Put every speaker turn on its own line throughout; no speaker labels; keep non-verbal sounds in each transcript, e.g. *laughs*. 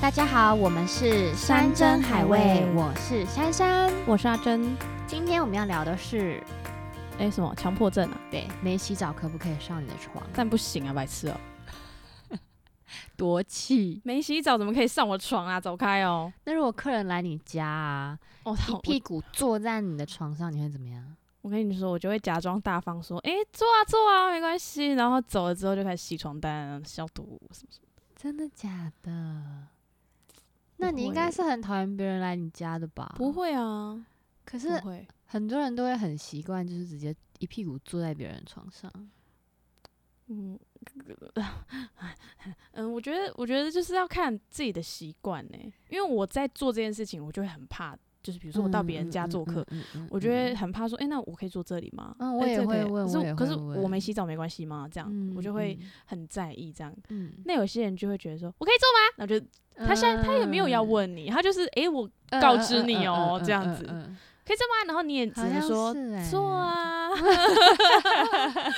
大家好，我们是
山珍海味
我是珊珊。
我是阿珍。
今天我们要聊的是，
哎、什么强迫症啊？
对，没洗澡可不可以上你的床？
但不行啊，白痴哦、
*laughs* 多气！
没洗澡怎么可以上我床啊？走开哦！
那如果客人来你家啊，
哦，
一
好，
屁股坐在你的床上，你会怎么样？
我跟你说，我就会假装大方说，哎、坐啊坐啊，没关系。然后走了之后就开始洗床单、消毒什么什么。
真的假的？那
不
你应
会
该是很讨厌别人来你家的吧？
不，会啊，
可
不
是
会。
很多人都会很习惯，就是直接一屁股坐在别人的床上。
嗯， *laughs* 嗯，我觉得，我觉得就是要看自己的习惯呢。因为我在做这件事情，我就会很怕，就是比如
比
说我到别人家做客，，
嗯嗯嗯
我就会很怕说，哎、那我可以坐这里吗？
嗯
诶
我也
这可以
会问
可是
我也
可
会嗯
是
问
我没洗澡没关系吗？这样、我就会，很在意这样。
嗯，嗯
那有些人就会觉得说，我可以坐吗？那就他现在他也没有
呃
要问你，他就是哎、诶我
嗯
告知你
嗯嗯
哦
嗯嗯
这样
嗯
子
嗯嗯
可以坐吗？然后你也只
好
能
像
说
是欸
坐
*laughs*
啊，不然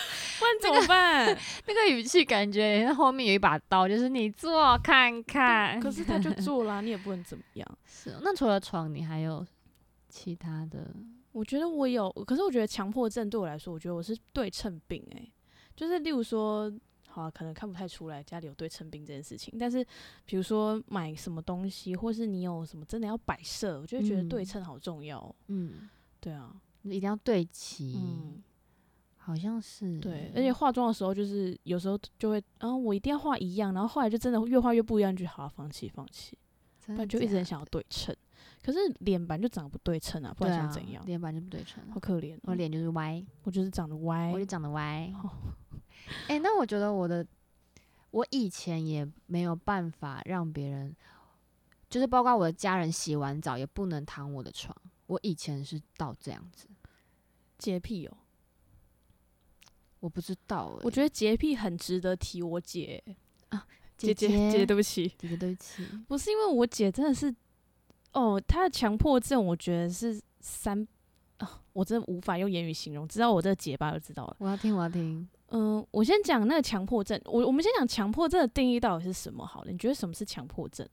怎么
*laughs*
办？
那个语气感觉后面有一把刀，就是你坐看看。
可是他就做啦，你也不能怎么样。
是哦那除了床，你还有其他的？
我觉得我有，可是我觉得强迫症对我来说，我觉得我是对称病哎、就是例如说，好、啊，可能看不太出来家里有对称病这件事情，但是比如说买什么东西，或是你有什么真的要摆设，我就会觉得
嗯
对称好重要哦、
嗯，
对啊，
一定要对齐，
嗯，
好像是
对，而且化妆的时候，就是有时候就会，嗯、我一定要画一样，然后后来就真的越画越不一样，就好、啊、放弃放弃，
且
不然就一直很想要对称，可是脸板就长得不对称啊，不
对
然
啊
想怎样？
脸板就不对称了
好，可怜哦、
我脸就是歪，
我就是长得歪
我，就长得歪
哦。
*laughs* 哎，那我觉得我的，我以前也没有办法让别人，就是包括我的家人洗完澡也不能躺我的床。我以前是到这样子，
洁癖哦、
我不知道欸。
我觉得洁癖很值得提我姐欸，
姐
姐
姐
姐姐，对不起，
姐姐对不起，
不是因为我姐真的是，哦，她的强迫症，我觉得是三，啊，我真的无法用言语形容，知道我这个结巴就知道了。
我要听，我要听。
嗯、我先讲那个强迫症，我我们先讲强迫症的定义到底是什么好了？你觉得什么是强迫症？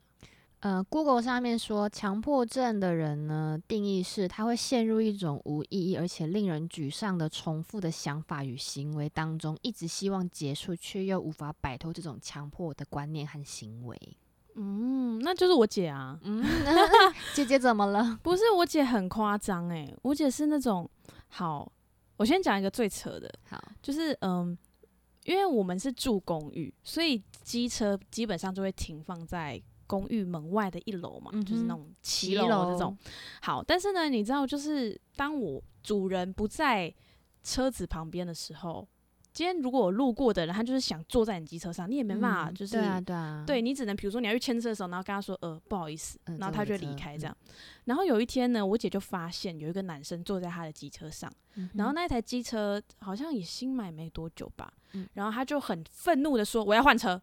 呃，Google 上面说，强迫症的人呢，定义是他会陷入一种无意义而且令人沮丧的重复的想法与行为当中，一直希望结束，却又无法摆脱这种强迫的观念和行为。
嗯，那就是我姐啊，
嗯， *laughs* 姐姐怎么
*laughs*
了？
不是我姐很夸张哎，我姐是那种好，我先讲一个最扯的，
好，
就是嗯，因为我们是住公寓，所以机车基本上就会停放在公寓门外的一楼嘛，
嗯哼
就是那种骑楼这种。好，但是呢，你知道，就是当我主人不在车子旁边的时候，今天如果我路过的人，他就是想坐在你机车上，你也没
嗯，
办法，就是、
对啊，对啊，
对，你只能比如说你要去牵车的时候，然后跟他说呃不好意思，
嗯
然后
坐
他
我
就
的
离
车
开
嗯
这样。然后有一天呢，我姐就发现有一个男生坐在他的机车上，
嗯哼，
然后那一台机车好像也新买没多久吧，
嗯
然后他就很愤怒的说我要换车，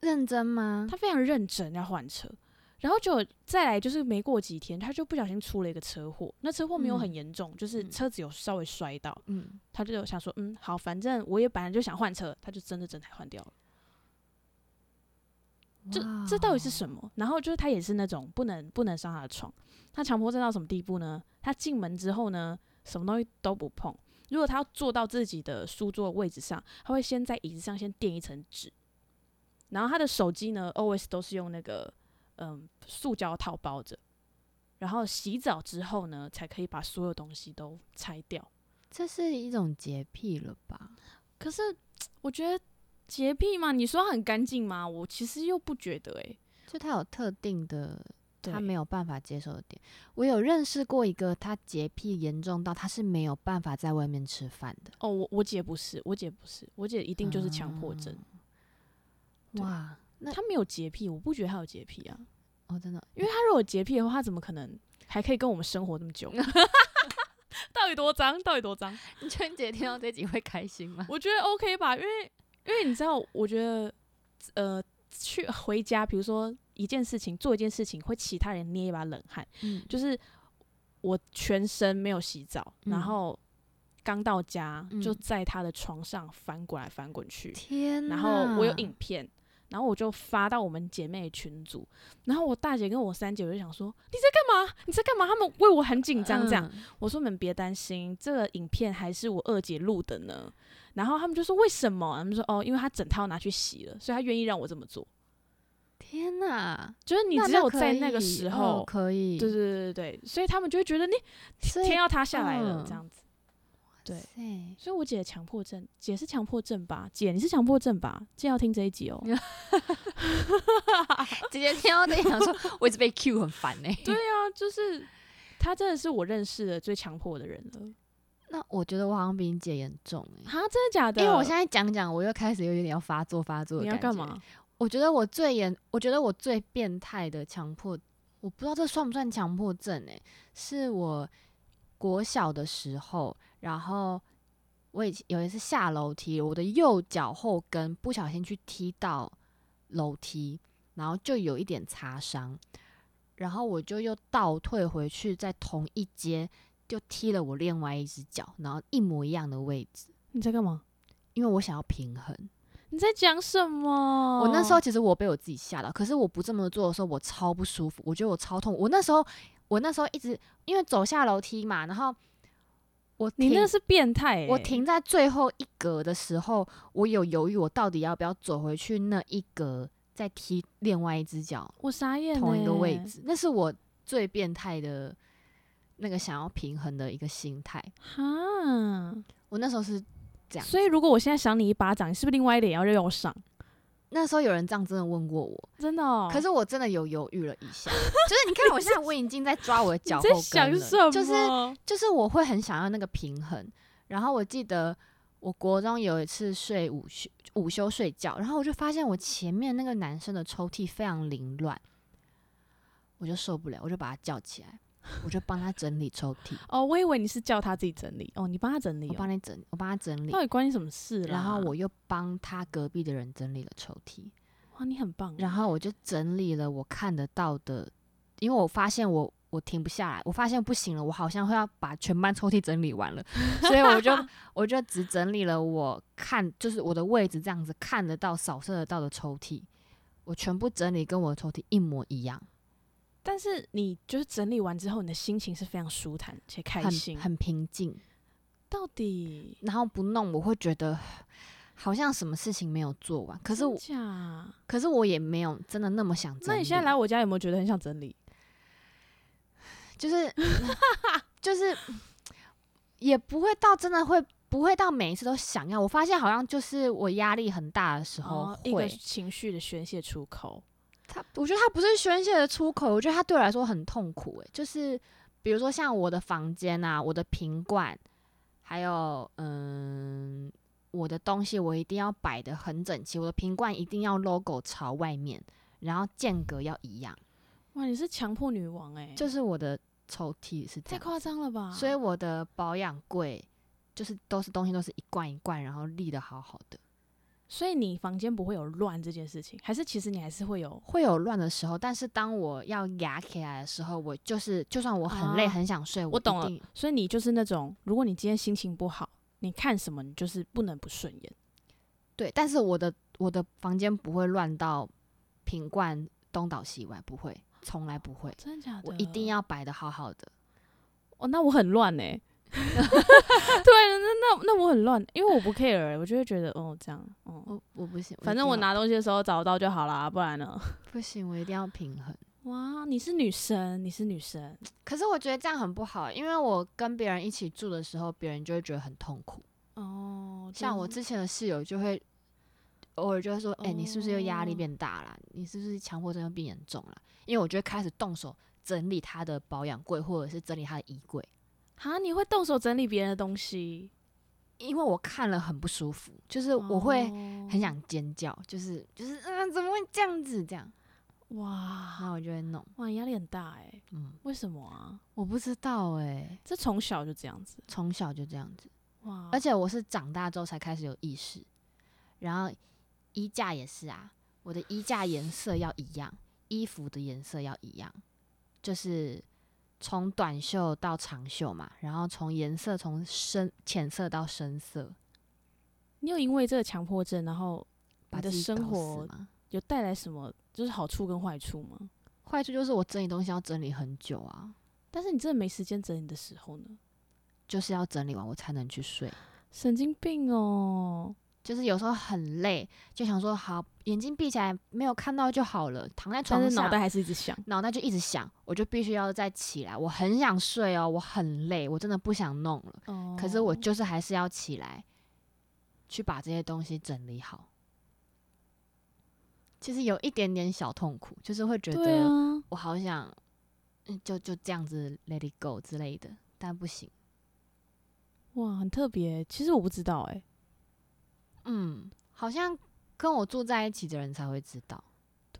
认真吗？
他非常认真要换车，然后就再来就是没过几天，他就不小心出了一个车祸，那车祸没有很
嗯
严重，就是
嗯
车子有稍微摔到，
嗯，
他就想说嗯好，反正我也本来就想换车，他就真的整台换掉了，这这到底是什么？然后就是他也是那种不能不能上他的床，他强迫症到什么地步呢？他进门之后呢，什么东西都不碰。如果他要坐到自己的书桌的位置上，他会先在椅子上先垫一层纸，然后他的手机呢，always 都是用那个嗯塑胶套包着，然后洗澡之后呢，才可以把所有东西都拆掉。
这是一种洁癖了吧？
可是我觉得洁癖嘛，你说很干净吗？我其实又不觉得欸诶、
就他有特定的
对
他没有办法接受的点。我有认识过一个，他洁癖严重到他是没有办法在外面吃饭的，
哦，我我姐不是，我姐不是，我姐一定就是强迫症，
嗯
对
哇，啊那
她没有洁癖，我不觉得她有洁癖啊，
哦真的，
因为她如果有洁癖的话，她怎么可能还可以跟我们生活那么
*laughs*
久？到底多脏？到底多脏？
你春姐听到这集会开心吗？
我觉得 OK 吧，因为因为你知道，我觉得呃，去 *laughs* 回家，比如说一件事情，做一件事情，会其他人捏一把冷汗，
嗯，
就是我全身没有洗澡，
嗯
然后刚到家、
嗯
就在她的床上翻过来翻滚去，
天哪，
然后我有影片，然后我就发到我们姐妹群组，然后我大姐跟我三姐我就想说你在干嘛？你在干嘛？他们为我很紧张这样。
嗯
我说你们别担心，这个影片还是我二姐录的呢。然后他们就说为什么？他们说哦，因为她整套拿去洗了，所以她愿意让我这么做。
天哪！
就是你
那
只
那
有
可
在那
以
个时
哦
候，
可以，
对对对对对，所以他们就会觉得你
所以
天要塌下来了、
嗯
这样子。对
对，
所以我姐的强迫症，姐是强迫症吧？姐你是强迫症吧？记得要听这一集哦。
直接听到这想说， *laughs* 我一直被 Q 很烦哎、
对啊，就是她真的是我认识的最强迫的人了。
那我觉得我好像比你姐严重哎、
哈，真的假的？
因为我现在讲讲，我又开始有点要发作发作的
你要
感觉。
干嘛？？
我觉得我最严，我觉得我最变态的强迫，我不知道这算不算强迫症诶、是我国小的时候，然后我以前有一次下楼梯，我的右脚后跟不小心去踢到楼梯，然后就有一点擦伤，然后我就又倒退回去，在同一阶就踢了我另外一只脚，然后一模一样的位置，
你在干嘛？
因为我想要平衡。
你在讲什么？
我那时候其实我被我自己吓到，可是我不这么做的时候，我超不舒服，我觉得我超痛。我那时候，我那时候一直因为走下楼梯嘛，然后我
你
停
那是变态、欸。
我停在最后一格的时候，我有犹豫，我到底要不要走回去那一格，再踢另外一只脚
我傻眼、欸。
同一个位置，那是我最变态的那个想要平衡的一个心态。
哈。
我那时候是这样，
所以如果我现在赏你一巴掌，你是不是另外一脸要让我赏？
那时候有人这样真的问过我，
真的、哦？
可是我真的有犹豫了一
*laughs*
下，就是你看我现在我已经在抓我的脚
你
后
在
跟了，
想什么？
就是就是我会很想要那个平衡。然后我记得我国中有一次睡午休午休睡觉，然后我就发现我前面那个男生的抽屉非常凌乱，我就受不了，我就把他叫起
*laughs*
来，我就帮他整理抽屉，
哦，我以为你是叫他自己整理哦，你帮他整理、
我
哦，
帮你整，我帮他整理
到，底关你什么事啦？
然后我又帮他隔壁的人整理了抽屉。
哇，你很棒，
然后我就整理了我看得到的，因为我发现我我停不下来，我发现不行了，我好像会要把全班抽屉整理
*laughs*
完了，所以我就我就只整理了我看就是我的位置这样子看得到、扫射得到的抽屉，我全部整理跟我的抽屉一模一样，
但是你就是整理完之后，你的心情是非常舒坦且开
很
心。
很平静，
到底
然后不弄我会觉得好像什么事情没有做完，可是我
真假？
可是我也没有真的那么想整理。
那你现在来我家有没有觉得很想整理？
就是嗯 *laughs* 就是也不会到真的会不会到每一次都想要。我发现好像就是我压力很大的时候
哦，一
会，
个情绪的宣泄出口。
他我觉得他不是宣泄的出口，我觉得他对我来说很痛苦、欸。就是比如说像我的房间啊，我的瓶罐，还有嗯。我的东西我一定要摆的很整齐，我的瓶罐一定要 logo 朝外面，然后间隔要一样，
哇，你是强迫女王哎、
就是我的抽屉是这
太
样。
夸张了吧？
所以我的保养柜就是都是东西都是一罐一罐，然后立的好好的。
所以你房间不会有乱这件事情，还是其实你还是会有
会有乱的时候，但是当我要压起来的时候，我就是就算我很累、
啊
很想睡，
我懂
一
了
定。
所以你就是那种，如果你今天心情不好，你看什么你就是不能不顺眼。
对，但是我的我的房间不会乱到瓶罐东倒西歪，不会，从来不会。
真的假的？
我一定。要摆的好好的。
哦，那我很乱呢、 *laughs* 对，那那那我很乱，因为我不 care，欸、我就会觉得哦这样，哦，
我我不行，
反
一
正
定
我
要
拿东西的时候找得到就好啦，不然呢？
不行，我一定要平衡。
*laughs* 哇，你是女神，你是女神，
可是我觉得这样很不好，因为我跟别人一起住的时候，别人就会觉得很痛苦。
哦，
像我
真
之前的室友就会偶尔就会说：“哎、你是不是又压力
哦
变大啦？你是不是强迫症又变严重啦？”因为我就会开始动手整理他的保养柜，或者是整理他的衣柜，
哈，你会动手整理别人的东西，
因为我看了很不舒服，就是我会很
哦
想尖叫，就是就是啊，怎么会这样子这样？然
哇
后我就会弄，
哇，你压力很大哎、
嗯，
为什么啊？
我不知道哎、
这从小就这样子
从小就这样子，
哇，
而且我是长大之后才开始有意识，然后衣架也是啊，我的衣架颜色要一样，衣服的颜色要一样，就是从短袖到长袖嘛，然后从颜色从深浅色到深色，
你有因为这个强迫症，然后
把
你的
自己
生
搞死
活
吗？
有带来什么就是好处跟坏处吗？
坏处就是我整理东西要整理很久啊，
但是你真的没时间整理的时候呢？
就是要整理完我才能去睡。
神经病哦！
就是有时候很累，就想说好，眼睛闭起来没有看到就好了，躺在床
但是
上，
脑袋还是一直想。
脑袋就一直想，我就必须要再起来。我很想睡哦，我很累，我真的不想弄了，
哦
可是我就是还是要起来，去把这些东西整理好。其实有一点点小痛苦，就是会觉
对
得
啊，
我好想，嗯，就就这样子 let it go 之类的，但不行。
哇，很特别。其实我不知道哎、
嗯，好像跟我住在一起的人才会知道。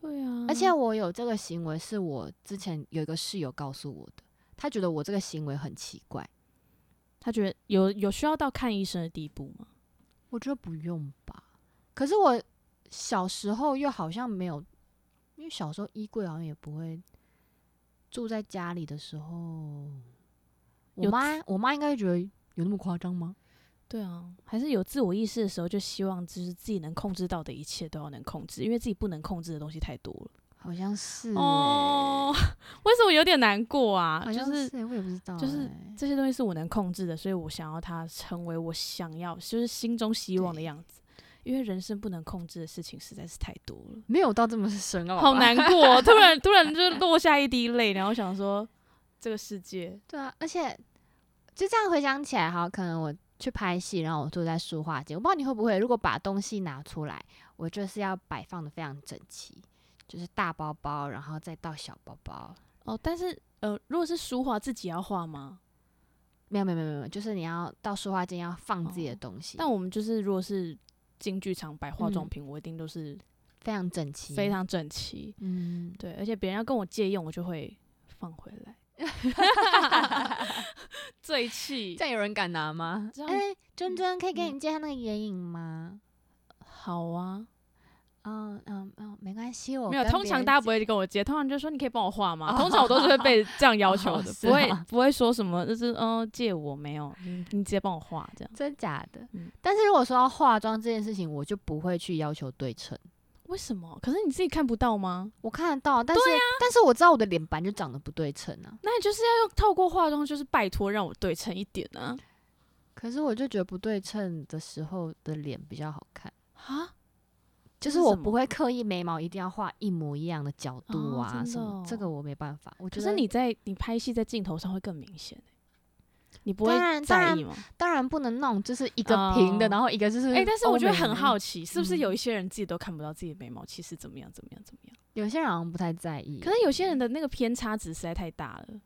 对啊，
而且我有这个行为，是我之前有一个室友告诉我的，他觉得我这个行为很奇怪。
他觉得有有需要到看医生的地步吗？
我觉得不用吧，可是我小时候又好像没有，因为小时候衣柜好像也不会住在家里的时候，我
有
妈我妈应该觉得有那么夸张吗？
对啊，还是有自我意识的时候，就希望就是自己能控制到的一切都要能控制，因为自己不能控制的东西太多了。
好像是、欸、，
哦， *laughs* 为什么有点难过啊？
好像
就是
是、欸、我也不知道欸、
就是这些东西是我能控制的，所以我想要它成为我想要，就是心中希望的
对
样子。因为人生不能控制的事情实在是太多了，
没有到这么深奥，
好难。过哦、 *laughs* 突然突然就落下一滴泪，然后想说这个世界
对啊，而且就这样回想起来，哈，可能我去拍戏，然后我坐在书画间，我不知道你会不会，如果把东西拿出来，我就是要摆放的非常整齐，就是大包包，然后再到小包包。
哦，但是呃，如果是书画自己要画吗？
没有没有没有没有，就是你要到书画间要放自己的
哦
东西，
但我们就是如果是进剧场摆化妆
嗯
品，我一定都是
非常整齐，
非常整齐，
嗯，
对，而且别人要跟我借用，我就会放回来。 *laughs* 最气
这，样有人敢拿吗？
这样
哎、珍珍可以给
嗯
你借他那个眼影吗？
好啊，
嗯嗯嗯，没关系，我
没有，
跟
通
别
常
人
大家
借
不哦会跟我借，通常就说你可以帮我画吗？
哦
通常我都是会被这样要求的
哦，是
不会
吗
不会说什么就是嗯、借我没有，你你直接帮我画这样，
真假的。
嗯
但是如果说到化妆这件事情，我就不会去要求对称。
为什么？可是你自己看不到吗？
我看得到，但是、但是我知道我的脸板就长得不对称啊。
那你就是要用透过化妆，就是拜托让我对称一点啊
可是我就觉得不对称的时候的脸比较好看，
啊！
就
这
是
是
我
什么
不会刻意眉毛一定要画一模一样的角度
哦
啊
真的
什么，这
哦
个我没办法。我觉
可
得
是你在你拍戏在镜头上会更明显、欸你不
当
会
然当
在
然嗯
意吗？
当然不能弄，就是一个平的，
哦
然后一个就是
哎、但是我觉得很好
奇，
奇，是不是
嗯
有一些人自己都看不到自己的眉毛，其实怎么样怎么样怎么样？
有些人好像不太在意，
可是有些
嗯
人的那个偏差值实在太大了。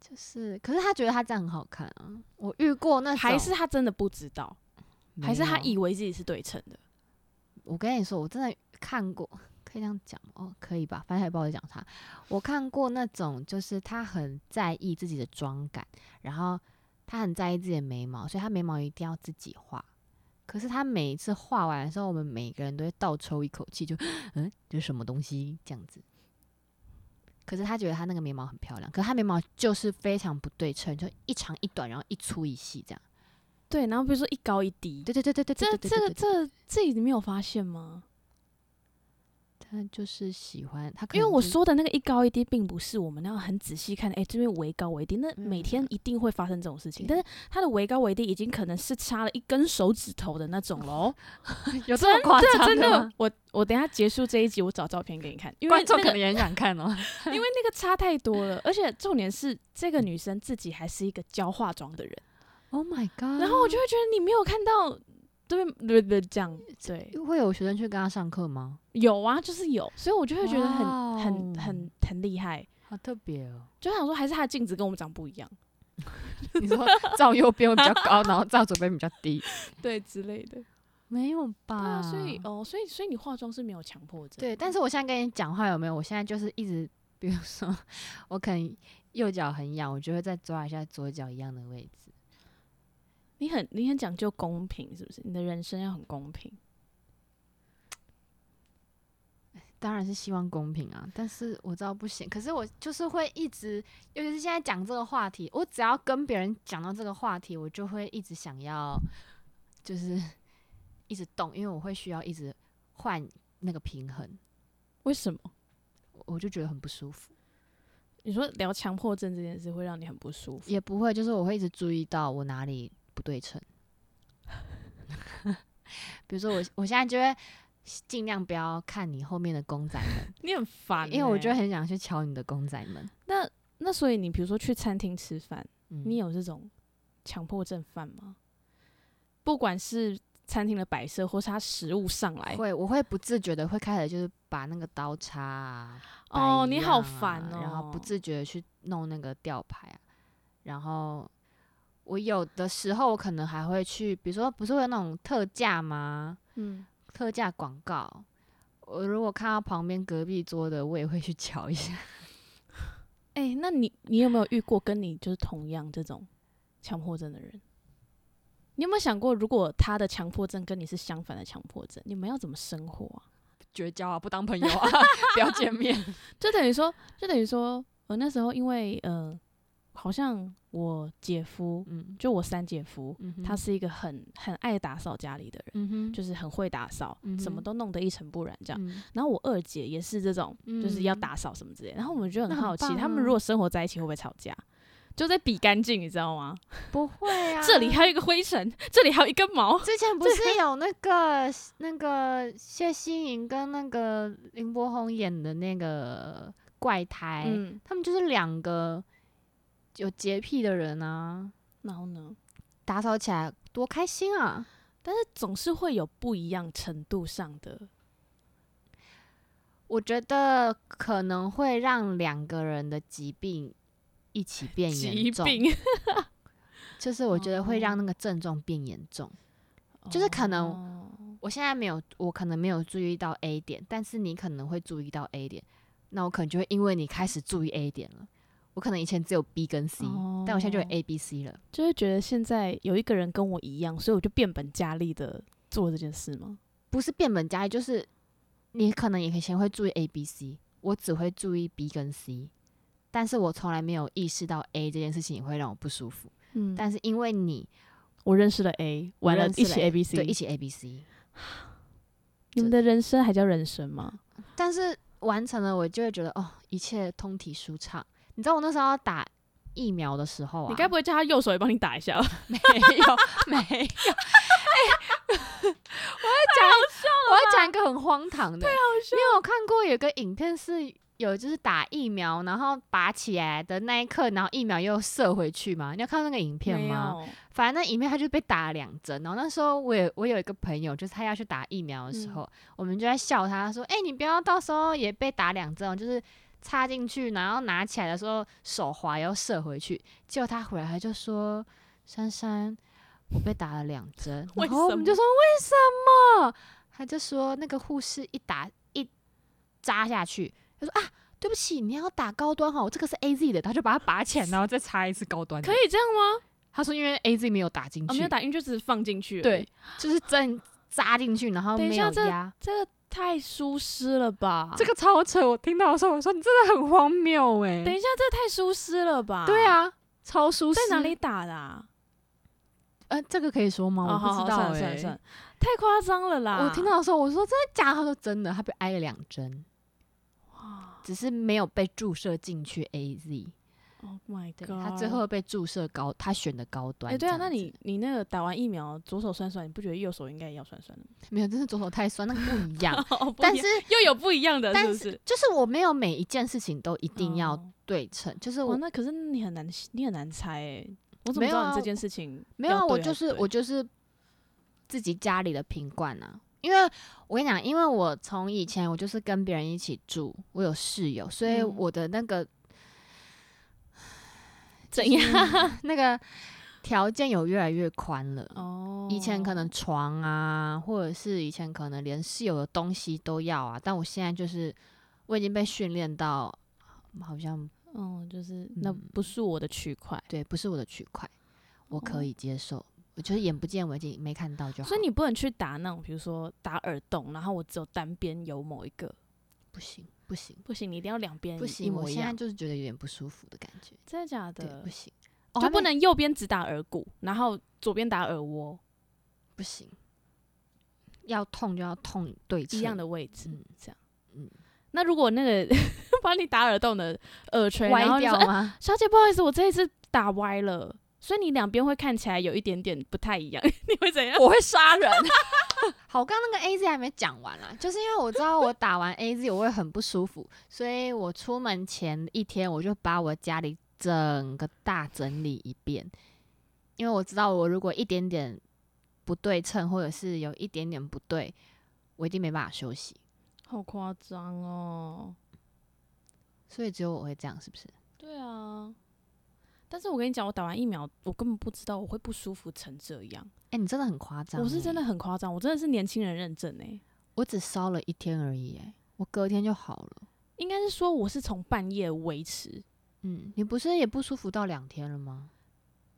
就是可是他觉得他这样很好看啊。我遇过那种
还是他真的不知道，
没
还是他
有
以为自己是对称的？
我跟你说，我真的看过，可以这样讲吗哦，可以吧？反正也不好讲他。我看过那种，就是他很在意自己的妆感，然后他很在意自己的眉毛，所以他眉毛一定要自己画。可是他每一次画完的时候，我们每个人都会倒抽一口气，就嗯，这是什么东西这样子。可是他觉得他那个眉毛很漂亮，可是他眉毛就是非常不对称，就一长一短，然后一粗一细这样。
对，然后比如说一高一低，
对对对对对对对
这
对
这
对
个这这你没有发现吗？
他就是喜欢他可
因
能就是，
为我说的那个一高一低，并不是我们那样很仔细看，哎、这边为高为低，那
嗯
每天一定会发生这种事情。
对
但是他的为高为低，已经可能是差了一根手指头的那种喽。
*laughs* 有这么夸张吗
真的，我我等一下结束这一集，我找照片给你看，因为
观众
那
可
个
能也很想看哦。
因为那个差太多了，而且重点是这个女生自己还是一个教化妆的人，
*laughs* Oh my god！
然后我就会觉得你没有看到。对对对，这样对，
会有学生去跟他上课吗？
有啊，就是有，所以我就会觉得很、很
哇哦
很很厉害，
好特别 *laughs* 哦！
就想说还是他的镜子跟我们长不一样，
你说照右边会比较高，然后照左边比较低？
对之类的。
*laughs* 没有吧？
对啊，所以哦，所以所以你化妆是没有强迫症，
对，但是我现在跟你讲话有没有？我现在就是一直，比如说 *laughs* 我可能右脚很痒，我就会再抓一下左脚一样的位置。
你很你很讲究公平，是不是？你的人生要很公平。
当然是希望公平啊，但是我知道不行。可是我就是会一直，尤其是现在讲这个话题，我只要跟别人讲到这个话题，我就会一直想要，就是一直动，因为我会需要一直换那个平衡，
为什么？
我我就觉得很不舒服。
你说聊强迫症这件事会让你很不舒服？
也不会，就是我会一直注意到我哪里不对称。 *laughs* 比如说我，我现在就会尽量不要看你后面的公仔们，
你很烦欸、
因为我就很想去瞧你的公仔们。
那那所以你比如说去餐厅吃饭，
嗯
你有这种强迫症犯吗？不管是餐厅的摆设，或是它食物上来，
会，我会不自觉的会开始就是把那个刀叉啊，
哦，
摆一
你
样
好
啊
烦哦，
然后不自觉的去弄那个吊牌啊，然后我有的时候我可能还会去，比如说不是会有那种特价吗？
嗯，
特价广告，我如果看到旁边隔壁桌的，我也会去瞧一
*laughs*
下。
哎、那你你有没有遇过跟你就是同样这种强迫症的人？你有没有想过，如果他的强迫症跟你是相反的强迫症，你们要怎么生活啊？
绝交啊，不当朋友
*laughs*
啊，不要见面。
就等于说，就等于说，我那时候因为呃，好像我姐夫，
嗯
就我三姐夫，
嗯哼，
他是一个很很爱打扫家里的人，
嗯哼，
就是很会打扫，
嗯
什么
哼
都弄得一尘不染这样。
嗯
然后我二姐也是这种，就是要
嗯
打扫什么之类的。然后我们就
那
很
很
好奇，
棒
他
啊
们如果生活在一起会不会吵架？就在比干净，你知道吗？
不会啊。
*laughs* 这里还有一个灰尘，这里还有一根毛。
之前
*laughs*
不是有那个那个谢欣颖跟那个林柏宏演的那个怪胎，
嗯，
他们就是两个有洁癖的人啊，
然后呢？
打扫起来多开心啊！
但是总是会有不一样程度上的，
我觉得可能会让两个人的疾病一起变
*laughs* 疾
严重，
病，
就是我觉得会让那
哦
个症状变严重。就是可能
能
我现在没有，我可能没有注意到 A 点，但是你可能会注意到 A 点，那我可能就会因为你开始注意 A 点了。我可能以前只有 B 跟 C，、但我现在就有
哦
A、B、C 了。
就会觉得现在有一个人跟我一样，所以我就变本加厉的做这件事吗？
不是变本加厉，就是你可能以前会注意 A、B、C，我只会注意 B 跟 C，但是我从来没有意识到 A 这件事情也会让我不舒服。
嗯
但是因为你
我认识了 A，
我
完了
认识
一起 A B
对
C，
一起 A、B、C，
你们的人生还叫人生吗？
但是完成了，我就会觉得哦，一切通体舒畅。你知道我那时候要打疫苗的时候啊，
你该不会叫他右手也帮你打一下吧？
没
*laughs*
有， *laughs* 没有。哎、我要讲，我要讲一个很荒唐的，太好笑。你有看过有个影片是有就是打疫苗，然后拔起来的那一刻，然后疫苗又射回去吗？你有看到那个影片吗？
没有？
反正那影片他就被打了两针。然后那时候我也我有一个朋友，就是他要去打疫苗的时
嗯
候，我们就在笑他说：“哎、你不要到时候也被打两针哦，就是。”插进去，然后拿起来的时候手滑，要射回去。结果他回来他就说：“珊珊，我被打了两针。”
为
然后我
什
们
么
就说：“为什么？”他就说：“那个护士一打一扎下去，他说啊，对不起，你要打高端哈，我这个是 A Z 的。”他就把它拔起来，然后再插一次高端的。
可以这样吗？
他说因为 A Z 没有打进
啊，
去，
没有打，因为就只是放进去。
对，，就是针扎进去，然后
等一
没
下
有
这
压。
这个太疏失了吧？
这个超扯！我听到的时候，我说你真的很荒谬哎、
等一下，这太疏失了吧？
对，啊，超舒适。
欸在哪里？打的、啊？
呃，这个可以说吗？
哦，
我不
好好
知道
算
哎、
了算了算了，啊太夸张了啦！
我听到的时候，我说真的假的？他说真的，他被挨了两针，
哇
只是没有被注射进去 A Z。
，Oh my
对
god！
他最后被注射高，他选的高端
哎、
这样子。
对啊，那你你那个打完疫苗，左手酸酸，你不觉得右手应该也要酸酸的吗？
没有，真是左手太酸，那个不一
*laughs*
*laughs* 样。
哦，不
但
一
是
样又有不一样的，
但
是不
是
是
就是我没有每一件事情都一定要
哦
对称，就是
哇，
我
那可是你很难，你很难猜哎、我怎
没
么知
有
道你
啊
这件事情
没有啊，
要
我
对
就
还
是
对
我就是自己家里的瓶罐啊。因为我跟你讲，因为我从以前我就是跟别人一起住，我有室友，所以
嗯
我的那
*sighs*
个、
怎样？
*laughs* 那个条件有越来越宽了。
哦，
以前可能床啊，或者是以前可能连室友的东西都要啊，但我现在就是我已经被训练到，好像
嗯，就是那
嗯
不是我的区块，
对不是我的区块，我
哦
可以接受，我就是眼不见为净，没看到就好。
所以你不能去打那种，比如说打耳洞，然后我只有单边有某一个，
不行不行
不行，你一定要两边
不
一
行，
模
我
一
现在
样，
就是觉得有点不舒服的感觉，
真的假
对，
的
不？行，哦
就
还
不
没
能右边只打耳骨，然后左边打耳窝。
不行，要痛就要痛对称
一样的位置，
嗯
这样。
嗯
那如果那个把你打耳洞的耳垂，然后
歪
你说
掉
哎
吗？
小姐，不好意思，我这一次打歪了，所以你两边会看起来有一点点不太一样， *laughs* 你会怎样？
我会杀人。好，我刚刚那个 A Z 还没讲完啦、就是因为我知道我打完 A Z 我会很不舒服，所以我出门前一天我就把我家里整个大整理一遍，因为我知道我如果一点点不对称或者是有一点点不对，我一定没办法休息，
好夸张哦！
所以只有我会这样，是不是？
对啊，但是我跟你讲，我打完疫苗，我根本不知道我会不舒服成这样，
哎、你真的很夸张欸、
我是真的很夸张，我真的是年轻人认证哎、
我只烧了一天而已、哎，我隔天就好了。
应该是说我是从半夜维持，
嗯，你不是也不舒服到两天了吗？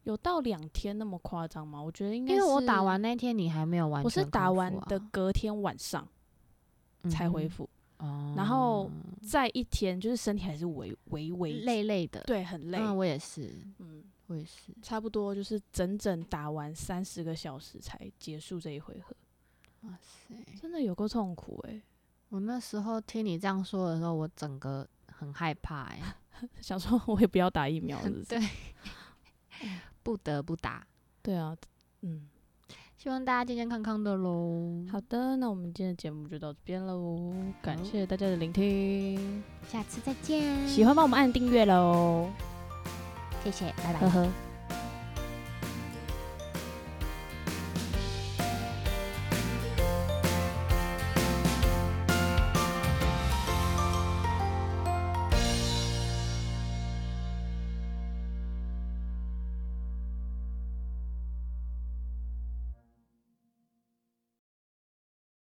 有到两天那么夸张吗？我觉得应该
因为我
是
打完那天你还没有完全
我是打
康复
完
啊
的隔天晚上才恢、复，
嗯哼
然后
哦
再一天就是身体还是微微微
累，累的，，
对，很累，
嗯，我也是，
嗯，
我也是，
差不多就是整整打完三十个小时才结束这一回合，
哇塞！
真的有够痛苦欸诶、
我那时候听你这样说的时候，我整个很害怕、
*laughs*
欸，
*laughs* 想说我也不要打疫苗 *laughs* 了，是不是
对，不得不打，
对啊，嗯，
希望大家健健康康的喽。
好的，那我们今天的节目就到这边喽，感
好
谢大家的聆听，
下次再见，
喜欢帮我们按订阅喽，
谢谢，拜拜
*laughs* 呵。呵。